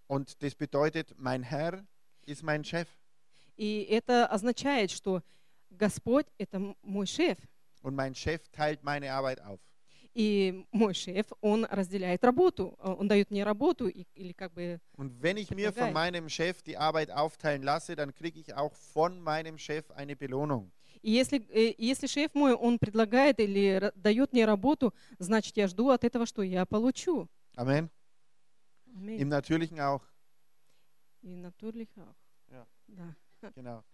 Speaker 1: Und das bedeutet, mein Herr ist mein Chef
Speaker 2: И это означает, что Господь — это м- мой шеф,
Speaker 1: und mein Chef teilt meine Arbeit auf.
Speaker 2: и мой шеф, он разделяет работу, э, он дает мне работу, и- или как бы
Speaker 1: Und wenn ich mir von
Speaker 2: Geil.
Speaker 1: meinem Chef die Arbeit aufteilen lasse, dann kriege ich auch von meinem Chef eine Belohnung.
Speaker 2: И если, э, и если шеф мой, он предлагает или ра- дает мне работу, значит, я жду от этого, что я получу.
Speaker 1: Amen.
Speaker 2: Аминь.
Speaker 1: Im Natürlichen auch.
Speaker 2: И natürlich auch.
Speaker 1: Ja.
Speaker 2: Да.
Speaker 1: Genau.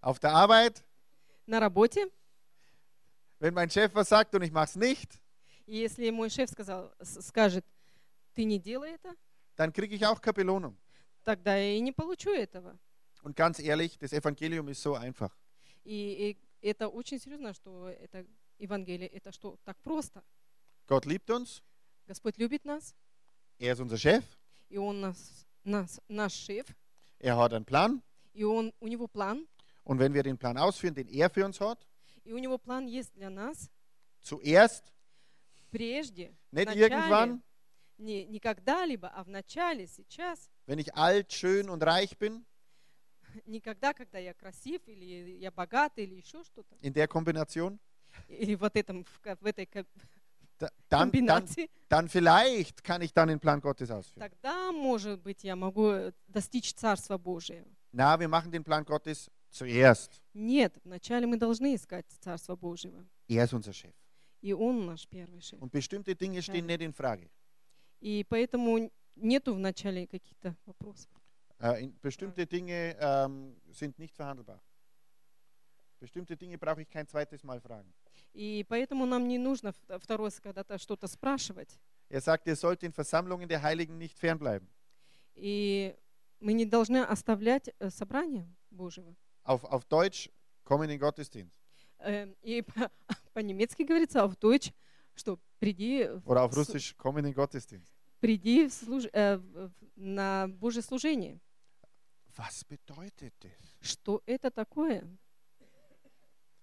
Speaker 1: Auf der Arbeit,
Speaker 2: На работе,
Speaker 1: wenn mein Chef was sagt und ich mache es nicht,
Speaker 2: если мой шеф сказал, с- скажет, ты не делай это,
Speaker 1: dann kriege ich auch keine Belohnung.
Speaker 2: тогда я и не получу этого.
Speaker 1: Und ganz ehrlich, das Evangelium ist so einfach.
Speaker 2: И, и это очень серьезно, что это Евангелие, это что, так просто.
Speaker 1: Gott liebt uns,
Speaker 2: Господь любит нас,
Speaker 1: er ist unser Chef,
Speaker 2: и Он нас, нас наш шеф,
Speaker 1: er hat einen Plan
Speaker 2: и он, у Него план,
Speaker 1: und wenn wir den Plan ausführen, den er für uns hat,
Speaker 2: и у Него план есть для нас
Speaker 1: zuerst,
Speaker 2: прежде, в
Speaker 1: nicht
Speaker 2: начале,
Speaker 1: irgendwann,
Speaker 2: не, не когда-либо, а в начале, сейчас,
Speaker 1: wenn ich alt, schön und reich bin,
Speaker 2: никогда, когда я красив, или я богат, или еще что-то,
Speaker 1: in der Kombination,
Speaker 2: или вот этом, в, ка- в этой ка-
Speaker 1: da, dann, dann,
Speaker 2: комбинации,
Speaker 1: dann vielleicht kann ich dann den Plan Gottes ausführen.
Speaker 2: тогда, может быть, я могу э, достичь Царства Божия.
Speaker 1: Na, wir machen den Plan Gottes zuerst.
Speaker 2: Нет, вначале мы должны искать Царство Божьего.
Speaker 1: Er ist unser Chef.
Speaker 2: И Он наш первый шеф.
Speaker 1: Und bestimmte Dinge stehen nicht in Frage.
Speaker 2: И поэтому нету в начале каких-то вопросов.
Speaker 1: Äh, in, bestimmte Dinge ähm, sind nicht verhandelbar. Bestimmte Dinge brauche ich kein zweites Mal fragen.
Speaker 2: И поэтому нам не нужно в- второй раз когда-то что-то спрашивать.
Speaker 1: Er sagt, ihr sollt in Versammlungen der Heiligen nicht fernbleiben.
Speaker 2: И мы не должны оставлять э, собрание Божьего.
Speaker 1: Auf, auf Deutsch, komm in den Gottesdienst.
Speaker 2: Эм, И по- по-немецки говорится «Aufdeutsch», что «приди, в-
Speaker 1: Oder auf
Speaker 2: с-
Speaker 1: Russisch, komm in den Gottesdienst.
Speaker 2: приди в служ- э, в- в- на Божье служение».
Speaker 1: Was bedeutet das?
Speaker 2: Что это такое?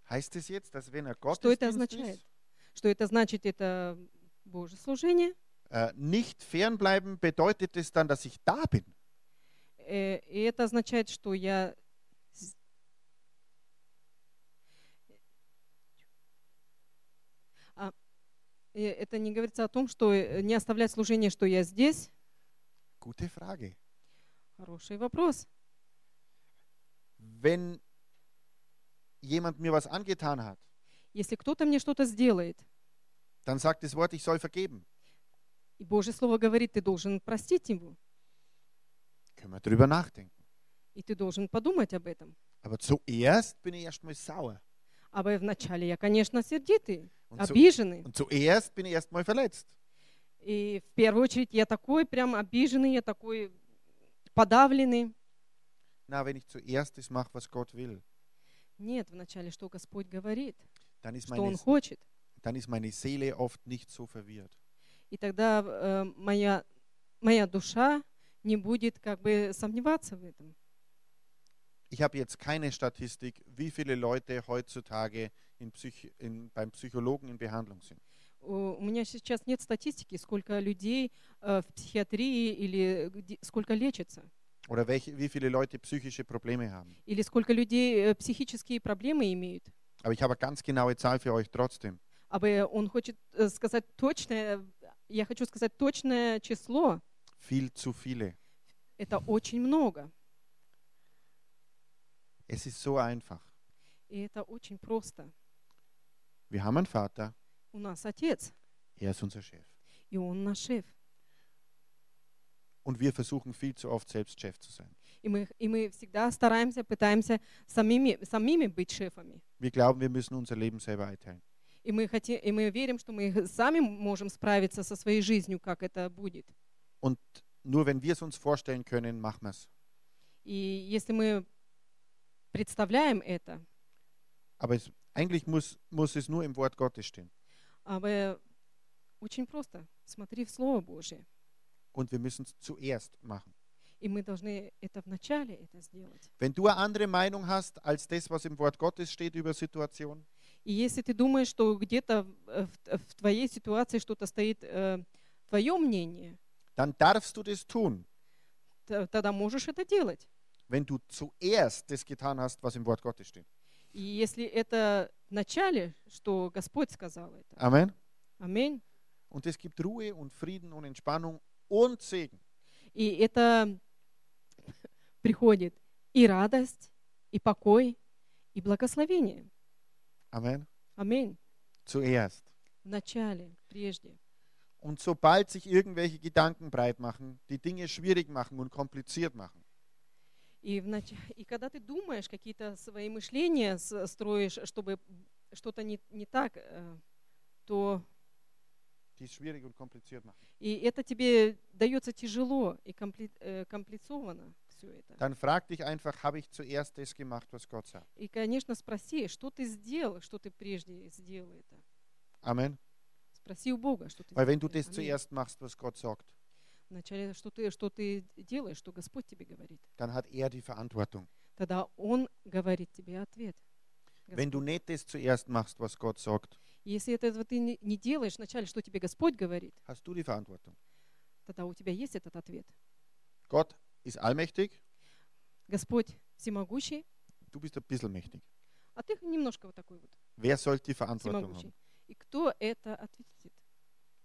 Speaker 1: Heißt es jetzt, dass wenn er
Speaker 2: Что это
Speaker 1: Gottesdienst
Speaker 2: означает?
Speaker 1: ist,
Speaker 2: Что это значит? Это Божье служение.
Speaker 1: äh, nicht fernbleiben, bedeutet es dann, dass ich da bin?
Speaker 2: Э, И это означает, что я... с- А, э, это не говорится о том, что э, не оставлять служение, что я здесь.
Speaker 1: Gute Frage.
Speaker 2: Хороший вопрос.
Speaker 1: Wenn jemand mir was angetan hat,
Speaker 2: Если кто-то мне что-то сделает,
Speaker 1: dann sagt das Wort, ich soll vergeben.
Speaker 2: и Божье Слово говорит, ты должен простить его,
Speaker 1: Können wir drüber nachdenken.
Speaker 2: и ты должен подумать об этом.
Speaker 1: Aber zuerst bin ich erstmal sauer.
Speaker 2: А вначале я, конечно, сердитый,
Speaker 1: Und, zu,
Speaker 2: обиженный.
Speaker 1: und zuerst bin ich erstmal verletzt.
Speaker 2: И в первую очередь я такой прям обиженный, я такой подавленный.
Speaker 1: Na, wenn ich zuerst das mache, was Gott will,
Speaker 2: Нет, вначале что Господь говорит,
Speaker 1: dann ist,
Speaker 2: что Он
Speaker 1: meine,
Speaker 2: хочет.
Speaker 1: dann ist meine Seele oft nicht so verwirrt.
Speaker 2: И тогда э, моя, моя душа не будет как бы сомневаться в этом.
Speaker 1: Ich habe jetzt keine Statistik, wie viele Leute heutzutage in Psych in, beim Psychologen in Behandlung sind.
Speaker 2: У у меня сейчас нет статистики, сколько людей э, в психиатрии или э, где- сколько лечится,
Speaker 1: Oder welche, wie viele Leute psychische Probleme haben.
Speaker 2: или сколько людей э, психические проблемы имеют.
Speaker 1: Aber ich habe eine ganz genaue Zahl für euch trotzdem.
Speaker 2: А бы он хочет э, сказать точное, я хочу сказать точное число,
Speaker 1: Viel zu viele.
Speaker 2: это очень много,
Speaker 1: Es ist so einfach.
Speaker 2: и это очень просто.
Speaker 1: Wir haben einen Vater,
Speaker 2: У нас отец,
Speaker 1: er ist unser Chef.
Speaker 2: и он наш шеф.
Speaker 1: Und wir versuchen viel zu oft selbst Chef zu sein.
Speaker 2: И мы, и мы всегда стараемся, пытаемся самими, самими быть шефами.
Speaker 1: Wir glauben, wir müssen unser Leben selber einteilen.
Speaker 2: И мы, хотим, и мы верим, что мы сами можем справиться со своей жизнью, как это будет.
Speaker 1: Und nur wenn wir es uns vorstellen können, machen wir es.
Speaker 2: И если мы представляем это,
Speaker 1: Aber es, eigentlich muss, muss es nur im Wort Gottes stehen.
Speaker 2: а вы- очень просто, смотри в Слово Божье.
Speaker 1: Und wir müssen es zuerst machen.
Speaker 2: И мы должны это вначале это сделать.
Speaker 1: Wenn du eine andere Meinung hast als das, was im Wort Gottes steht über Situationen,
Speaker 2: И если ты думаешь, что где-то в- э, в, в твоей ситуации что-то стоит э, твое мнение,
Speaker 1: dann darfst du das tun,
Speaker 2: т- тогда можешь это делать.
Speaker 1: wenn du zuerst das getan hast, was im Wort Gottes steht.
Speaker 2: И если это вначале, что Господь сказал это.
Speaker 1: Amen.
Speaker 2: Аминь.
Speaker 1: Und es gibt Ruhe und Frieden und Entspannung und Segen.
Speaker 2: И это приходит и радость, и покой, и благословение.
Speaker 1: Amen.
Speaker 2: Аминь.
Speaker 1: Zuerst.
Speaker 2: В начале, прежде.
Speaker 1: Und sobald sich irgendwelche Gedanken breit machen, die Dinge schwierig machen und kompliziert machen,
Speaker 2: И, в нач- и когда ты думаешь, какие-то свои мышления с- строишь, чтобы что-то не, не так, э, то
Speaker 1: die es schwierig und kompliziert machen,
Speaker 2: и это тебе дается тяжело и компли- э, комплицовано все это.
Speaker 1: dann frag dich einfach, habe ich zuerst das gemacht, was Gott sagt?
Speaker 2: И, конечно, спроси, что ты сделал, что ты прежде сделал это.
Speaker 1: Amen.
Speaker 2: Спроси у Бога, что ты
Speaker 1: Weil wenn du
Speaker 2: сделал
Speaker 1: das
Speaker 2: это. Аминь.
Speaker 1: zuerst machst, was Gott sagt,
Speaker 2: Вначале, что ты, что ты делаешь, что Господь тебе говорит.
Speaker 1: dann hat er die Verantwortung.
Speaker 2: Тогда Он говорит тебе ответ.
Speaker 1: Wenn du nicht das zuerst machst, was Gott sagt,
Speaker 2: Если это вот ты не- не делаешь вначале, что тебе Господь говорит,
Speaker 1: hast du die Verantwortung.
Speaker 2: тогда у тебя есть этот ответ.
Speaker 1: Gott ist allmächtig,
Speaker 2: Господь всемогущий,
Speaker 1: du bist ein bisschen mächtig.
Speaker 2: а ты немножко вот такой вот
Speaker 1: Wer sollte die Verantwortung
Speaker 2: всемогущий.
Speaker 1: haben?
Speaker 2: И кто это ответит?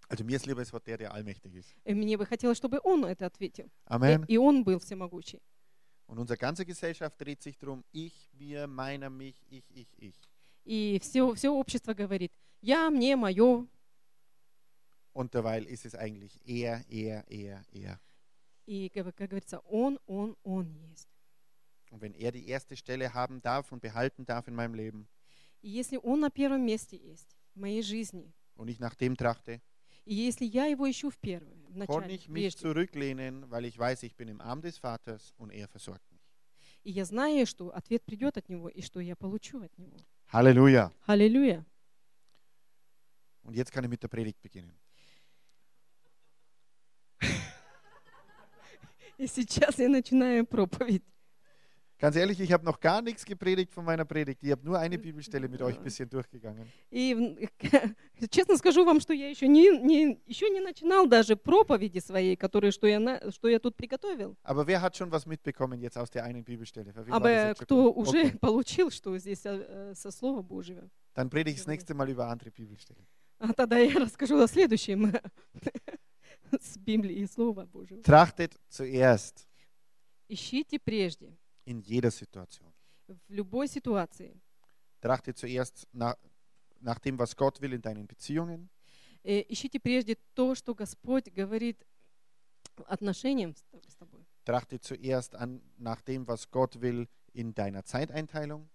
Speaker 1: Also mir ist lieber, es war der, der allmächtig ist.
Speaker 2: Э, Мне бы хотелось, чтобы Он это ответил. Э,
Speaker 1: Amen.
Speaker 2: И Он был всемогущий.
Speaker 1: Und unsere ganze Gesellschaft dreht sich darum, ich, wir, meiner, mich, ich, ich, ich.
Speaker 2: И все, все общество говорит, я, мне, мое.
Speaker 1: Und derweil ist es eigentlich er, er, er, er.
Speaker 2: И, как как говорится, Он, Он, Он есть.
Speaker 1: Und wenn er die erste Stelle haben darf und behalten darf in meinem Leben
Speaker 2: И если Он на первом месте есть в моей жизни,
Speaker 1: und ich nach dem trachte,
Speaker 2: И если я его ищу в первое, в
Speaker 1: kann
Speaker 2: начале,
Speaker 1: ich mich
Speaker 2: прежде,
Speaker 1: zurücklehnen, weil ich weiß, ich bin im Arm des Vaters und er versorgt mich.
Speaker 2: и я знаю, что ответ придет от него, и что я получу от него.
Speaker 1: Halleluja.
Speaker 2: Аллилуйя.
Speaker 1: Und jetzt kann ich mit der Predigt beginnen.
Speaker 2: И сейчас я начинаю проповедь.
Speaker 1: Ganz ehrlich, ich habe noch gar nichts gepredigt von meiner Predigt. Ich habe nur eine Bibelstelle mit euch ein bisschen durchgegangen.
Speaker 2: И м, честно скажу вам, что я еще не, не- еще не начинал даже проповеди своей, которые, что я, на- что я тут приготовил.
Speaker 1: Aber wer hat schon was mitbekommen jetzt aus der einen Bibelstelle? Für wen war das
Speaker 2: А
Speaker 1: jetzt schon
Speaker 2: кто
Speaker 1: gut?
Speaker 2: уже
Speaker 1: Okay.
Speaker 2: получил, что здесь э, э, со Слова Божьего.
Speaker 1: Dann predige ich das nächste Mal über andere Bibelstellen.
Speaker 2: А тогда я расскажу о следующем с Библии и Слова Божьего.
Speaker 1: Trachtet zuerst
Speaker 2: Ищите прежде,
Speaker 1: in jeder Situation.
Speaker 2: в любой ситуации,
Speaker 1: Trachtet zuerst nach, nach dem, was Gott will in deinen Beziehungen.
Speaker 2: Э, Ищите прежде то, что Господь говорит отношениям с тоб- с тобой.
Speaker 1: Trachte zuerst an, nach dem, was Gott will in deiner Zeiteinteilung.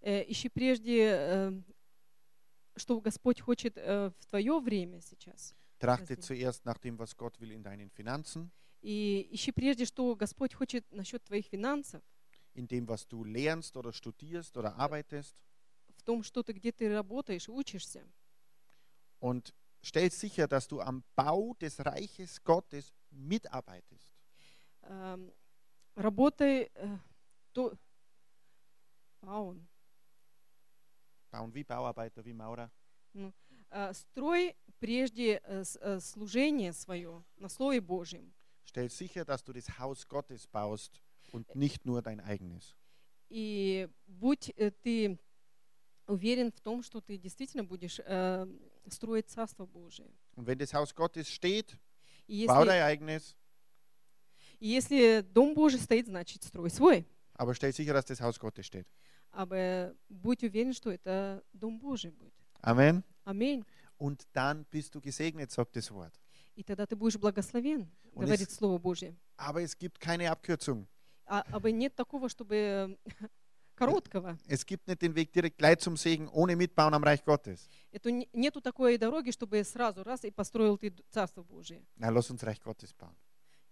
Speaker 2: Э, Ищи прежде, э, что Господь хочет э, в твое время сейчас.
Speaker 1: Trachte
Speaker 2: Verstehe.
Speaker 1: zuerst nach dem, was Gott will in deinen Finanzen,
Speaker 2: И ищи прежде, что Господь хочет насчет твоих финансов,
Speaker 1: in dem, was du lernst oder studierst oder arbeitest.
Speaker 2: в том, что ты, где ты работаешь, учишься.
Speaker 1: Und stell sicher, dass du am Bau des Reiches Gottes mitarbeitest.
Speaker 2: Эм, Работай э, то... Паун.
Speaker 1: Bauen wie Bauarbeiter, wie Maurer.
Speaker 2: Э, Строй прежде э, с- э, служение свое на Слове Божьем.
Speaker 1: Stell sicher, dass du das Haus Gottes baust und nicht nur dein eigenes.
Speaker 2: И будь э, ты уверен в том, что ты действительно будешь э, строить Царство Божие.
Speaker 1: Und wenn das Haus Gottes steht,
Speaker 2: И
Speaker 1: bau
Speaker 2: если,
Speaker 1: dein eigenes,
Speaker 2: и если Дом Божий стоит, значит, строй свой.
Speaker 1: aber stell sicher, dass das Haus Gottes steht.
Speaker 2: А э, будь уверен, что это Дом Божий будет.
Speaker 1: Amen.
Speaker 2: Аминь.
Speaker 1: Und dann bist du gesegnet, sagt das Wort.
Speaker 2: И тогда ты будешь благословен,
Speaker 1: Он из-
Speaker 2: говорит Слово Божье.
Speaker 1: Aber es gibt keine Abkürzung.
Speaker 2: А, а бы нет такого, чтобы э, короткого.
Speaker 1: Es gibt nicht den Weg direkt gleich zum Segen ohne Mitbauen am Reich Gottes.
Speaker 2: Это не- нету такой дороги, чтобы сразу раз и построил ты д- Царство Божие.
Speaker 1: Na, lass uns Reich Gottes bauen.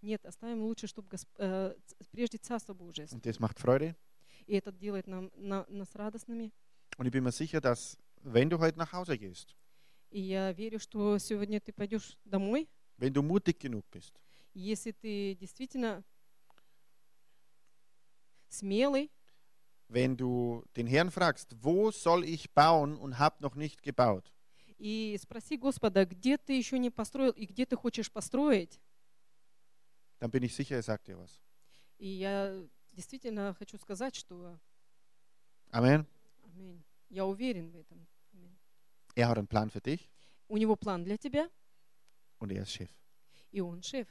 Speaker 2: Нет, оставим лучше, чтобы э, прежде Царство Божие.
Speaker 1: Und das macht Freude.
Speaker 2: И это делает нам, на- нас радостными.
Speaker 1: Und ich bin mir sicher, dass wenn du heute nach Hause gehst,
Speaker 2: И я верю, что сегодня ты пойдешь домой,
Speaker 1: wenn du mutig genug bist,
Speaker 2: и если ты действительно смелый,
Speaker 1: wenn du den Herrn fragst, wo soll ich bauen und hab noch nicht gebaut,
Speaker 2: и спроси Господа, где ты еще не построил и где ты хочешь построить.
Speaker 1: dann bin ich sicher, er sagt dir was.
Speaker 2: И я действительно хочу сказать, что
Speaker 1: Amen.
Speaker 2: аминь, я уверен в этом. Аминь.
Speaker 1: Er hat einen Plan für dich
Speaker 2: У него план для тебя,
Speaker 1: und er ist Chef.
Speaker 2: и он шеф.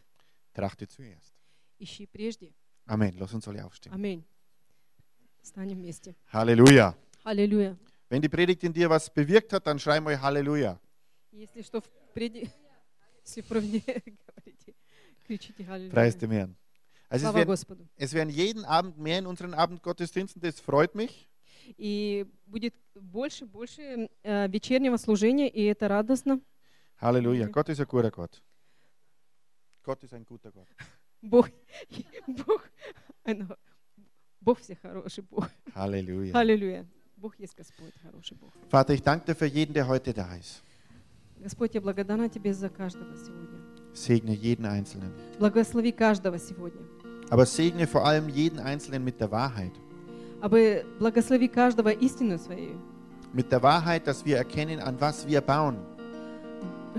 Speaker 1: Trachte zuerst.
Speaker 2: Ищи прежде.
Speaker 1: Amen. Lass uns alle aufstehen.
Speaker 2: Аминь. Станем вместе.
Speaker 1: Halleluja.
Speaker 2: Аллилуйя.
Speaker 1: Wenn die Predigt in dir was bewirkt hat, dann schrei mal Halleluja.
Speaker 2: Если что, впереди, если впереди говорите, кричите
Speaker 1: Preis
Speaker 2: Аллилуйя.
Speaker 1: dem Herrn. Also es
Speaker 2: Слава
Speaker 1: werden,
Speaker 2: Господу.
Speaker 1: es werden jeden Abend mehr in unseren Abendgottesdiensten, das freut mich.
Speaker 2: И будет больше, больше э, вечернего служения, и это радостно.
Speaker 1: Halleluja.
Speaker 2: Halleluja.
Speaker 1: Gott ist ein guter Gott. Gott ist ein guter Gott.
Speaker 2: Бог, Бог, оно- Бог все хороший Бог.
Speaker 1: Halleluja.
Speaker 2: Аллилуйя. Бог есть Господь, хороший Бог.
Speaker 1: Vater, ich danke dir für jeden, der heute da ist.
Speaker 2: Господь, я благодарна Тебе за каждого сегодня.
Speaker 1: Segne jeden Einzelnen.
Speaker 2: Благослови каждого сегодня.
Speaker 1: Aber segne vor allem jeden Einzelnen mit der Wahrheit.
Speaker 2: Абы благослови каждого истину своей.
Speaker 1: Mit der Wahrheit, dass wir erkennen, an was wir bauen.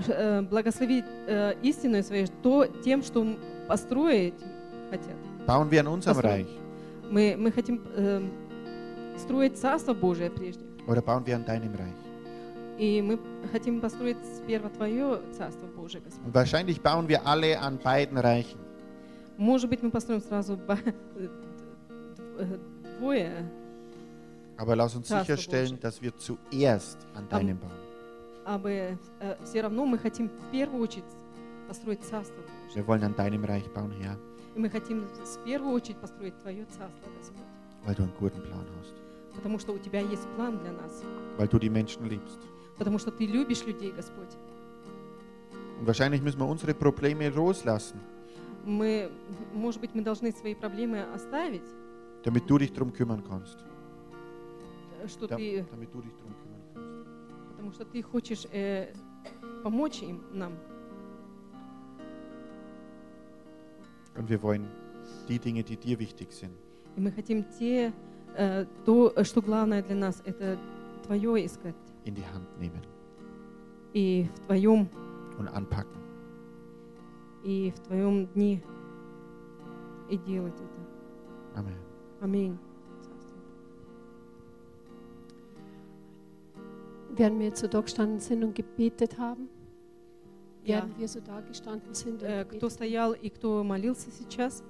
Speaker 2: Ш- э, Благослови э, истину своей то, тем, что м- построить хотят.
Speaker 1: Bauen wir an unserem
Speaker 2: Was wir-
Speaker 1: Reich
Speaker 2: Мы, мы хотим эм, строить Царство Божие прежде.
Speaker 1: oder bauen wir an deinem Reich?
Speaker 2: И мы хотим построить сперва Твое Царство Божие, Господь.
Speaker 1: Und wahrscheinlich bauen wir alle an beiden Reichen.
Speaker 2: Может быть, мы построим сразу ба- э, э, двое,
Speaker 1: Aber lass uns
Speaker 2: Krass,
Speaker 1: sicherstellen,
Speaker 2: Bursche.
Speaker 1: dass wir zuerst an deinem bauen.
Speaker 2: а бы, э, все равно мы хотим в первую очередь построить Царство Божие.
Speaker 1: Wir wollen an deinem Reich bauen, Herr,
Speaker 2: И мы хотим в первую очередь построить Твое Царство, Господь.
Speaker 1: weil du einen guten Plan hast,
Speaker 2: Потому что у Тебя есть план для нас.
Speaker 1: weil du die Menschen liebst.
Speaker 2: Потому что Ты любишь людей, Господь.
Speaker 1: Und wahrscheinlich müssen wir unsere Probleme loslassen,
Speaker 2: мы, может быть, мы должны свои проблемы оставить,
Speaker 1: damit du dich drum kümmern kannst.
Speaker 2: э, что
Speaker 1: Dam-
Speaker 2: ты,
Speaker 1: Damit du dich drum kümmern kannst.
Speaker 2: потому что ты хочешь э, помочь им нам.
Speaker 1: Und wir wollen die Dinge, die dir wichtig sind,
Speaker 2: И мы хотим те, э, то, э, что главное для нас, это твое искать
Speaker 1: in die Hand nehmen
Speaker 2: и в твоем
Speaker 1: und anpacken.
Speaker 2: и в твоем дне и делать это.
Speaker 1: Amen.
Speaker 2: Аминь.
Speaker 3: Während wir jetzt so da gestanden sind und gebetet haben,
Speaker 2: Я,
Speaker 3: während wir so da gestanden sind, und
Speaker 2: э, кто
Speaker 3: gebetet,
Speaker 2: стоял и кто молился сейчас,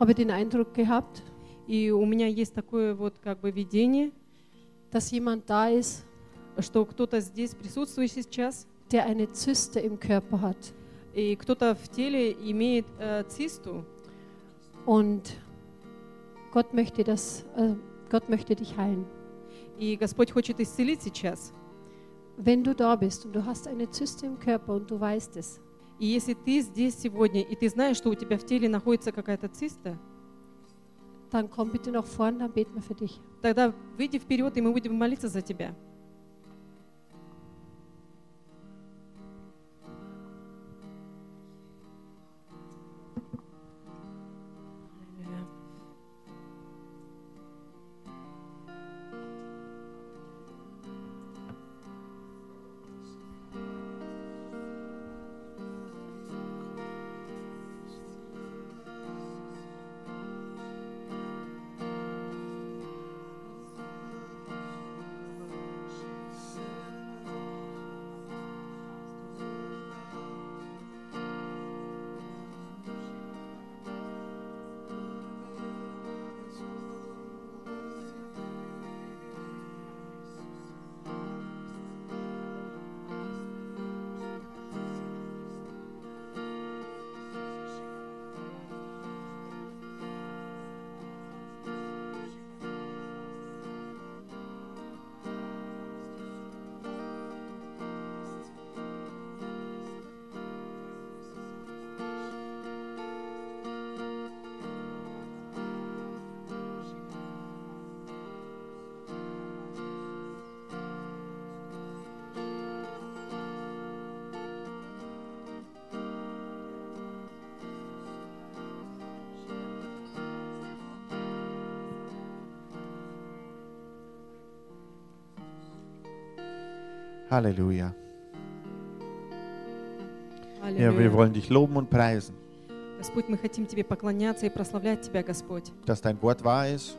Speaker 3: habe ich den Eindruck gehabt,
Speaker 2: и у меня есть такое вот как бы видение,
Speaker 3: dass jemand da ist,
Speaker 2: что кто-то здесь присутствует сейчас,
Speaker 3: der eine Zyste im Körper hat.
Speaker 2: и кто-то в теле имеет э, цисту,
Speaker 3: Und Gott möchte, das, äh, Gott möchte dich heilen.
Speaker 2: и Господь хочет исцелить сейчас.
Speaker 3: Wenn du da bist und du hast eine Zyste im Körper und du weißt es,
Speaker 2: И если ты здесь сегодня, и ты знаешь, что у тебя в теле находится какая-то циста,
Speaker 3: dann komm bitte nach vorn, dann beten wir für dich.
Speaker 2: тогда выйди вперед, и мы будем молиться за тебя.
Speaker 1: Halleluja. Ja, wir
Speaker 2: Аллилуйя.
Speaker 1: wollen dich loben und preisen,
Speaker 2: Господь, мы хотим Тебе поклоняться и прославлять Тебя, Господь,
Speaker 1: dass dein Wort wahr ist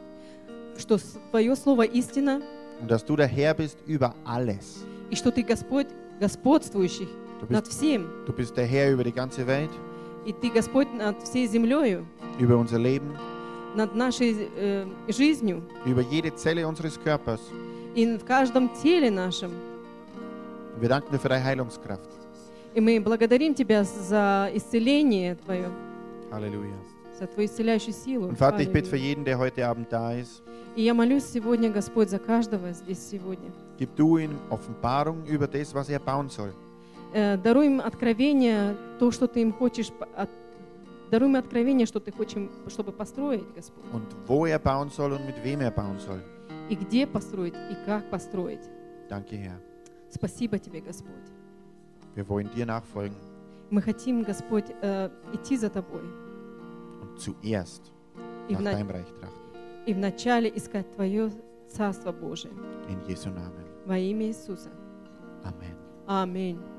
Speaker 2: что Твое Слово истина,
Speaker 1: und dass du der Herr bist über alles.
Speaker 2: и что Ты, Господь, господствующий
Speaker 1: Du
Speaker 2: над
Speaker 1: bist,
Speaker 2: всем,
Speaker 1: du bist der Herr über die ganze Welt,
Speaker 2: и Ты, Господь, над всей землею,
Speaker 1: über unser Leben,
Speaker 2: над нашей э, жизнью,
Speaker 1: über jede Zelle unseres Körpers.
Speaker 2: и в каждом теле нашем.
Speaker 1: Wir danken dir für deine Heilungskraft.
Speaker 2: И мы благодарим Тебя за исцеление Твое,
Speaker 1: Halleluja.
Speaker 2: за Твою исцеляющую силу.
Speaker 1: Und Vater, ich
Speaker 2: Аллилуйя.
Speaker 1: bitte für jeden, der heute Abend da ist,
Speaker 2: И я молюсь сегодня, Господь, за каждого здесь сегодня.
Speaker 1: gib du ihm Offenbarung über das, was er bauen soll.
Speaker 2: Э, Даруй им откровение, то, что Ты им хочешь... по- от- Даруй им откровение, что Ты хочешь, им- чтобы построить, Господь.
Speaker 1: und wo er bauen soll und mit wem er bauen soll.
Speaker 2: И где построить, и как построить.
Speaker 1: Danke, Herr.
Speaker 2: Спасибо Тебе, Господь.
Speaker 1: Wir wollen dir nachfolgen
Speaker 2: Мы хотим, Господь, э, идти за Тобой
Speaker 1: und zuerst
Speaker 2: и,
Speaker 1: nach
Speaker 2: в на-
Speaker 1: deinem Reich trachten.
Speaker 2: и вначале искать Твое Царство Божие.
Speaker 1: In Jesu Namen.
Speaker 2: Во имя Иисуса.
Speaker 1: Amen.
Speaker 2: Аминь.